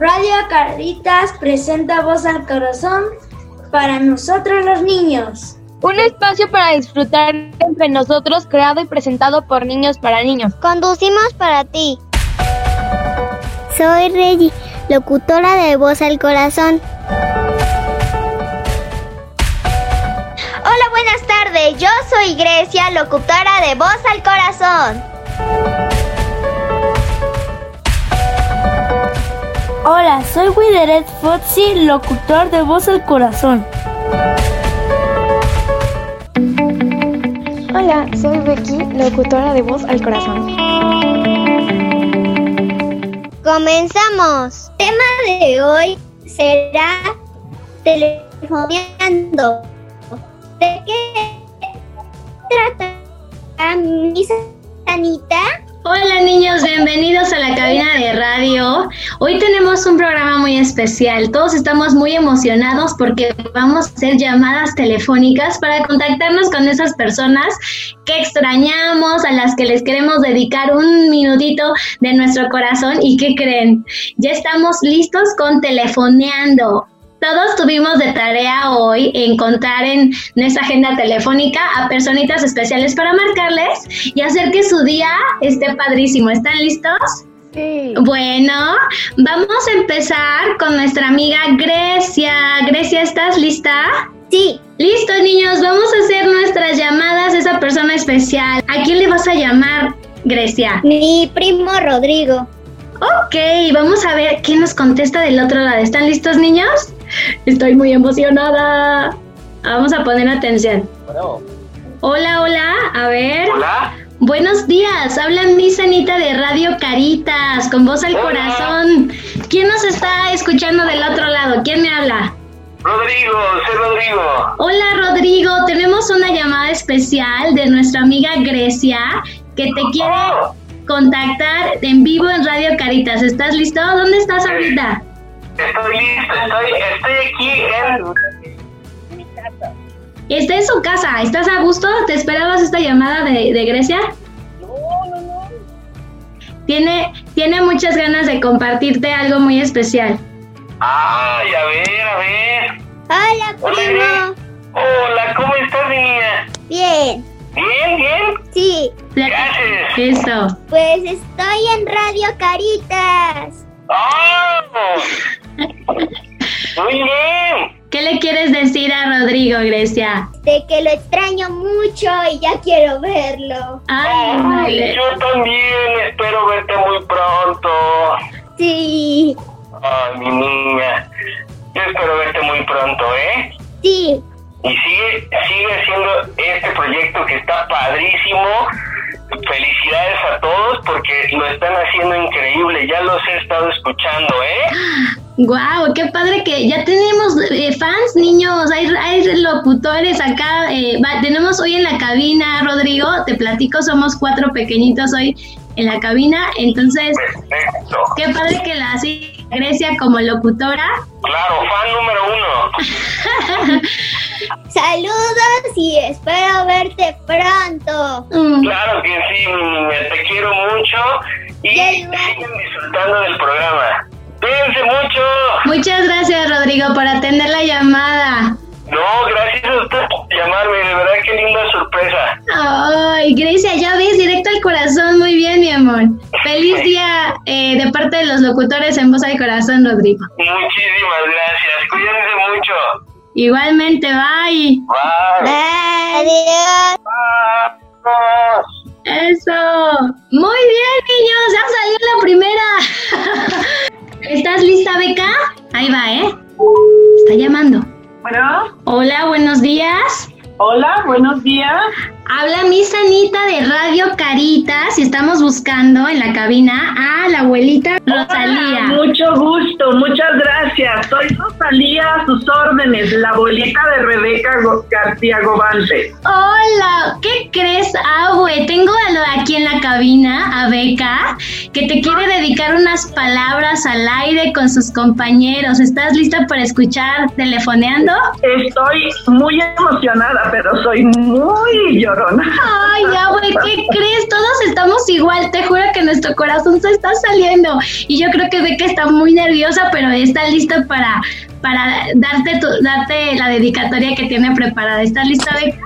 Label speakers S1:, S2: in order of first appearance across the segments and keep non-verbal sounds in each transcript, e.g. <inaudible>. S1: María Caritas presenta Voz al Corazón para nosotros los niños.
S2: Un espacio para disfrutar entre nosotros creado y presentado por niños para niños.
S3: Conducimos para ti.
S4: Soy Reggie, locutora de Voz al Corazón.
S5: Hola, buenas tardes. Yo soy Grecia, locutora de Voz al Corazón.
S6: Hola, soy Wideret Fotsi, locutor de Voz al Corazón.
S7: Hola, soy Becky, locutora de Voz al Corazón.
S3: Comenzamos.
S5: El tema de hoy será telefoneando. ¿De qué trata mi Anita?
S8: Hola niños, bienvenidos a la cabina de radio. Hoy tenemos un programa muy especial. Todos estamos muy emocionados porque vamos a hacer llamadas telefónicas para contactarnos con esas personas que extrañamos, a las que les queremos dedicar un minutito de nuestro corazón y que creen. Ya estamos listos con telefoneando. Todos tuvimos de tarea hoy encontrar en nuestra agenda telefónica a personitas especiales para marcarles y hacer que su día esté padrísimo. ¿Están listos?
S7: Sí.
S8: Bueno, vamos a empezar con nuestra amiga Grecia. Grecia, ¿estás lista?
S5: Sí.
S8: Listo, niños, vamos a hacer nuestras llamadas a esa persona especial. ¿A quién le vas a llamar, Grecia?
S5: Mi primo Rodrigo.
S8: Ok, vamos a ver quién nos contesta del otro lado. ¿Están listos, niños? Estoy muy emocionada. Vamos a poner atención.
S9: Bueno.
S8: Hola, hola. A ver.
S9: Hola.
S8: Buenos días. Habla Miss Anita de Radio Caritas, con voz al
S9: Hola.
S8: corazón. ¿Quién nos está escuchando del otro lado? ¿Quién me habla?
S9: Rodrigo, soy Rodrigo.
S8: Hola, Rodrigo. Tenemos una llamada especial de nuestra amiga Grecia que te quiere
S9: Oh,
S8: contactar en vivo en Radio Caritas. ¿Estás listo? ¿Dónde estás ahorita?
S9: estoy listo, estoy, estoy aquí en...
S8: Está en su casa, ¿estás a gusto? ¿Te esperabas esta llamada de, de Grecia? Tiene, tiene muchas ganas de compartirte algo muy especial.
S9: Ay, a ver, a ver.
S3: Hola,
S9: Hola, Irene.
S3: primo.
S9: Hola, ¿cómo estás, mi niña?
S3: Bien.
S9: Bien, bien.
S3: Sí,
S9: ¿Qué haces?
S8: Eso.
S3: pues estoy en Radio Caritas.
S9: ¡Oh! Muy bien.
S8: ¿Qué le quieres decir a Rodrigo, Grecia?
S3: De que lo extraño mucho y ya quiero verlo.
S8: Ay,
S9: Ay,
S8: vale.
S9: Ah, Oh, yo también espero verte muy pronto.
S3: Sí,
S9: Ay, mi niña. Yo espero verte muy pronto, ¿eh?
S3: sí,
S9: y sigue sigue haciendo este proyecto que está padrísimo. Felicidades a todos porque lo están haciendo increíble. Ya los he estado escuchando, ¿eh?
S8: Guau, qué padre que ya tenemos eh, fans, niños. Hay, hay locutores acá. eh, va- tenemos hoy en la cabina, Rodrigo. Te platico, somos cuatro pequeñitos hoy en la cabina. Entonces,
S9: Perfecto.
S8: Qué padre que la hace Grecia como locutora.
S9: Claro, fan número uno.
S3: saludos y espero verte pronto.
S8: Mm,
S9: Claro que sí, mi niña. Te quiero mucho y
S3: Ya igual.
S9: sigan disfrutando del programa. Cuídense mucho.
S8: Muchas gracias, Rodrigo, por atender la llamada.
S9: No, gracias a usted por llamarme. De verdad, qué linda sorpresa.
S8: Ay, Grecia, ya ves, directo al corazón. Muy bien, mi amor. Feliz día eh, de parte de los locutores en Voz al Corazón, Rodrigo.
S9: Muchísimas gracias. Cuídense mucho.
S8: Igualmente, bye.
S9: Bye.
S3: Adiós.
S9: Vamos.
S8: Eso. Muy bien, niños, ya salió la primera. <laughs> ¿Estás lista, Beca? Ahí va, ¿eh? Está llamando.
S10: Bueno,
S8: Hola, buenos días.
S10: hola, buenos días.
S8: Habla Miss Anita de Radio Caritas y estamos buscando en la cabina a la abuelita
S10: Hola,
S8: Rosalía.
S10: mucho gusto, muchas gracias. Soy Rosalía a sus órdenes, la abuelita de Rebeca Go- García Gobante.
S8: Hola, ¿qué crees, abue? Tengo a lo- aquí en la cabina a Beca que te quiere dedicar unas palabras al aire con sus compañeros. ¿Estás lista para escuchar telefoneando?
S10: Estoy muy emocionada, pero soy muy llorona.
S8: Ay, ya, güey, ¿qué crees? Todos estamos igual, te juro que nuestro corazón se está saliendo. Y yo creo que ve que está muy nerviosa, pero está lista para, para darte, tu- darte la dedicatoria que tiene preparada. ¿Estás lista, Beca?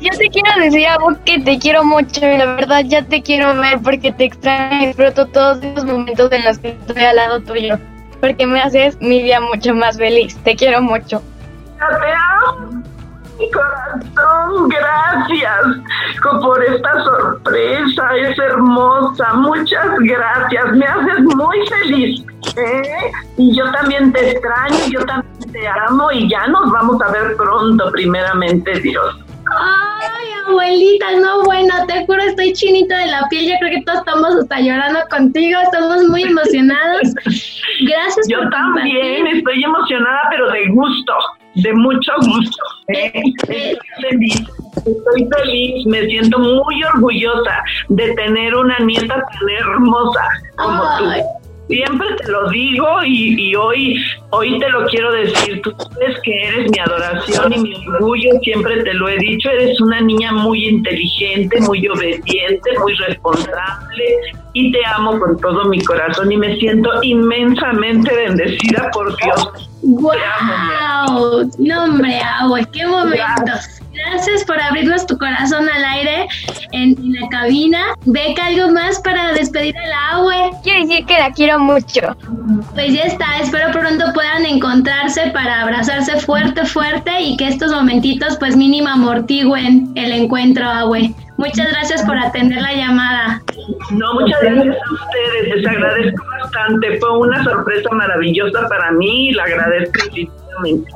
S2: Yo te quiero decir a vos que te quiero mucho y la verdad ya te quiero ver porque te extraño y disfruto todos esos momentos en los que estoy al lado tuyo. Porque me haces mi día mucho más feliz. Te quiero mucho.
S10: Ya te amo, mi corazón, gracias co- por esta sorpresa, es hermosa, muchas gracias, me haces muy feliz. ¿eh? Y yo también te extraño, yo también te amo y ya nos vamos a ver pronto, primeramente Dios.
S8: Ay, abuelita, no, bueno, te juro, estoy chinita de la piel. Yo creo que todos estamos hasta llorando contigo, estamos muy emocionados. Gracias
S10: Yo
S8: por
S10: también
S8: compartir.
S10: estoy emocionada, pero de gusto, de mucho gusto. ¿eh? Estoy feliz, estoy feliz, me siento muy orgullosa de tener una nieta tan hermosa como
S8: Ay.
S10: tú. Siempre te lo digo y, y hoy, hoy te lo quiero decir. Tú sabes que eres mi adoración y mi orgullo. Siempre te lo he dicho. Eres una niña muy inteligente, muy obediente, muy responsable y te amo con todo mi corazón y me siento inmensamente bendecida por Dios.
S8: ¡Wow! No, hombre, abue, qué momentos. Gracias por abrirnos tu corazón al aire en, en la cabina. Beca, algo más para despedir a la abue.
S2: Quiero decir que la quiero mucho.
S8: Pues ya está, espero pronto puedan encontrarse para abrazarse fuerte, fuerte y que estos momentitos pues mínimo amortigüen el encuentro, abue. Muchas gracias por atender la llamada.
S10: No, muchas gracias a ustedes. Les agradezco bastante. Fue una sorpresa maravillosa para mí y la agradezco infinitamente.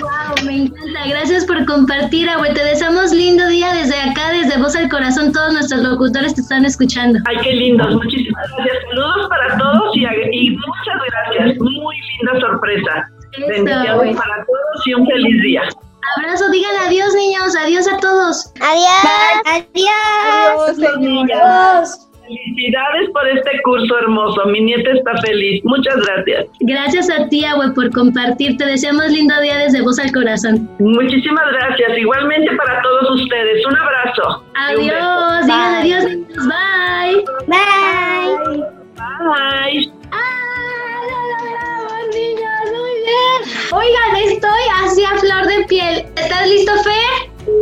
S8: Wow, me encanta. Gracias por compartir, abue. Te deseamos lindo día desde acá, desde Voz al Corazón. Todos nuestros locutores te están escuchando.
S10: Ay, qué lindos. Muchísimas gracias. Saludos para todos y, y muchas gracias. Muy linda sorpresa.
S8: Eso, güey.
S10: Bendiciones para todos y un feliz día.
S8: Abrazo, díganle adiós, niños. Adiós a todos.
S4: Adiós. Adiós.
S10: Felicidades por este curso hermoso. Mi nieta está feliz. Muchas gracias.
S8: Gracias a ti, abue, por compartir. Te deseamos lindo día desde Voz al Corazón.
S10: Muchísimas gracias. Igualmente para todos ustedes. Un abrazo. Y un beso.
S8: Adiós, digan adiós, niños. Bye.
S4: Bye.
S10: Bye.
S8: ¡Ah! ¡Lo logramos, niños! ¡Muy bien! Oigan, estoy así a flor de piel. ¿Estás listo, Fer?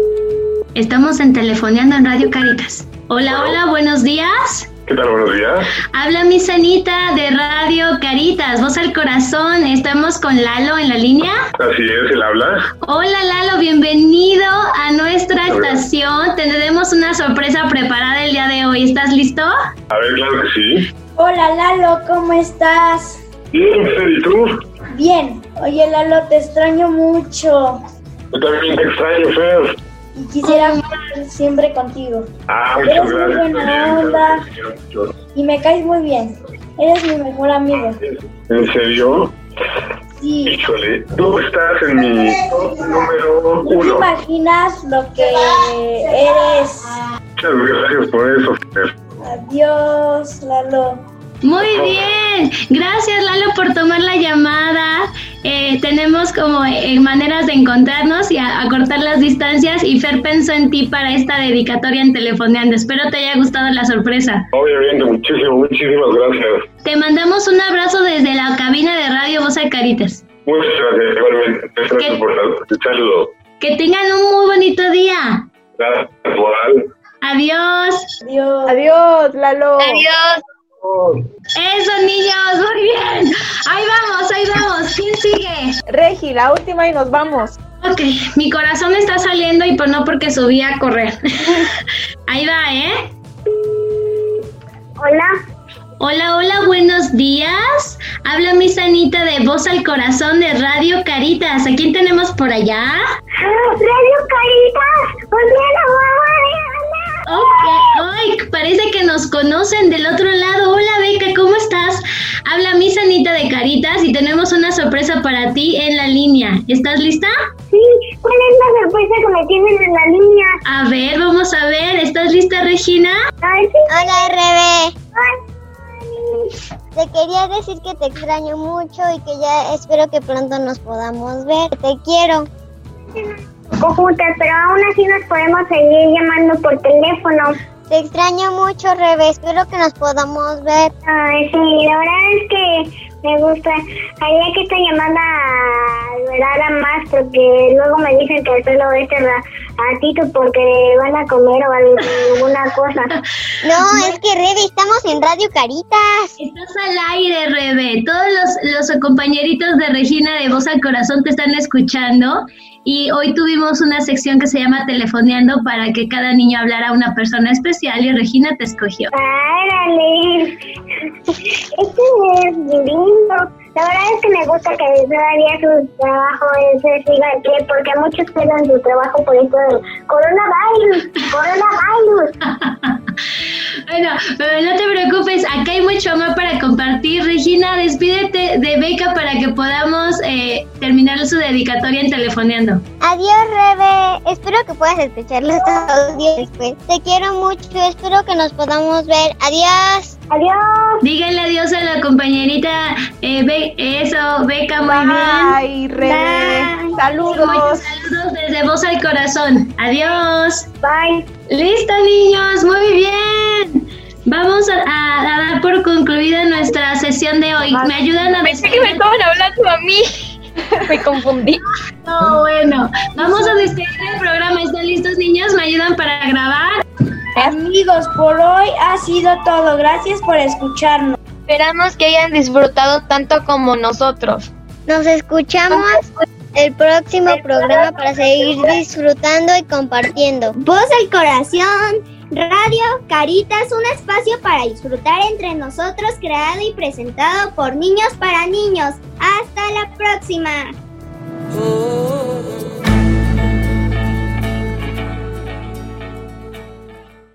S8: Estamos en Telefoneando en Radio Caritas. Hola, hola, buenos días.
S11: ¿Qué tal? Buenos días.
S8: Habla mi Sanita de Radio Caritas, voz al corazón. Estamos con Lalo en la línea.
S11: Así es, él habla.
S8: Hola Lalo, bienvenido a nuestra estación. Tendremos una sorpresa preparada el día de hoy. ¿Estás listo?
S11: A ver, claro que sí.
S1: Hola Lalo, ¿cómo estás?
S11: Bien, Fer, ¿y tú?
S1: Bien. Oye Lalo, te extraño mucho
S11: Yo también te extraño, Fer.
S1: y quisiera estar siempre contigo.
S11: Ah,
S1: Eres
S11: muchas
S1: muy
S11: gracias.
S1: buena
S11: también,
S1: onda.
S11: te quiero mucho.
S1: Y me caes muy bien. Eres mi mejor amigo.
S11: ¿En serio?
S1: Sí.
S11: Híjole, tú estás en mi top número
S1: No te
S11: uno.
S1: imaginas lo que eres.
S11: Muchas gracias por eso, Fer.
S1: Adiós, Lalo.
S8: Muy bien. Gracias Lalo por tomar la llamada. Eh, tenemos como eh, maneras de encontrarnos y a- acortar las distancias y Fer pensó en ti para esta dedicatoria en Telefoneando. Espero te haya gustado la sorpresa.
S11: Obviamente, muchísimo, muchísimas gracias.
S8: Te mandamos un abrazo desde la cabina de Radio Voz al Caritas.
S11: Muchas gracias, igualmente. Gracias
S8: ¿Qué?
S11: por escucharlo.
S8: Que tengan un muy bonito día.
S11: Gracias, Juan.
S8: Adiós.
S1: Adiós.
S6: Adiós, Lalo.
S2: Adiós.
S8: Eso, niños, muy bien. Ahí vamos, ahí vamos. ¿Quién sigue?
S6: Regi, la última y nos vamos.
S8: Ok, mi corazón está saliendo y por no porque subí a correr. <laughs> Ahí va, ¿eh?
S5: Hola.
S8: Hola, hola, buenos días. Habla mi Sanita de Voz al Corazón de Radio Caritas. ¿A quién tenemos por allá?
S5: Radio Caritas. Pues Hola, la mamá de Ana.
S8: Ok, ay, parece que nos conocen del otro lado. Hola, Beca, ¿cómo estás? Habla mi Sanita de Caritas y tenemos una sorpresa para ti en la línea. ¿Estás lista?
S5: Sí, ¿cuál es la sorpresa que me tienen en la línea?
S8: A ver, vamos a ver. ¿Estás lista, Regina?
S5: Ay, sí.
S4: Hola, Rebe.
S5: Ay,
S4: Te quería decir que te extraño mucho y que ya espero que pronto nos podamos ver. Te quiero.
S12: conjuntas, pero aún así nos podemos seguir llamando por teléfono.
S4: Te extraño mucho, Rebe. Espero que nos podamos ver.
S12: Ay, sí, la verdad es que me gusta. Haría que esta llamada durara más porque luego me dicen que solo es este a, a Tito porque van a comer o alguna cosa.
S4: <laughs> No, es que Rebe, estamos en Radio Caritas.
S8: Estás al aire, Rebe. Todos los, los compañeritos de Regina de Voz al Corazón te están escuchando. Y hoy tuvimos una sección que se llama Telefoneando para que cada niño hablara a una persona especial y Regina te escogió.
S12: ¡Párale! Este es lindo. La verdad es que me gusta que todavía su trabajo ese siga en pie porque muchos pierden su trabajo por esto del coronavirus. ¡Coronavirus!
S8: Bueno, pero no te preocupes, acá hay mucho amor para compartir. Regina, despídete de Beca para que podamos eh, terminar su dedicatoria en Telefoneando.
S4: Adiós, Rebe. Espero que puedas escuchar los audios después. Te quiero mucho. Espero que nos podamos ver. Adiós.
S12: Adiós.
S8: Díganle adiós a la compañerita. Eh, Be eso, Beca, muy
S13: Bye, bien. Rebe. Bye. Saludos. Muchos
S8: saludos desde Voz al Corazón. Adiós.
S12: Bye.
S8: Listo, niños. Muy bien. Vamos a, a, a, dar por concluida nuestra sesión de hoy. ¿Me ayudan a
S2: Pensé que me estaban hablando a
S6: <laughs>
S2: mí. me confundí.
S8: No, bueno. Vamos a despedir el programa. ¿Están listos, niños? ¿Me ayudan para grabar?
S1: Amigos, por hoy ha sido todo. Gracias por escucharnos.
S2: Esperamos que hayan disfrutado tanto como nosotros.
S4: Nos escuchamos el próximo el programa para seguir disfrutando y compartiendo.
S5: Voz al corazón, radio, caritas, un espacio para disfrutar entre nosotros creado y presentado por niños para niños. Hasta la próxima.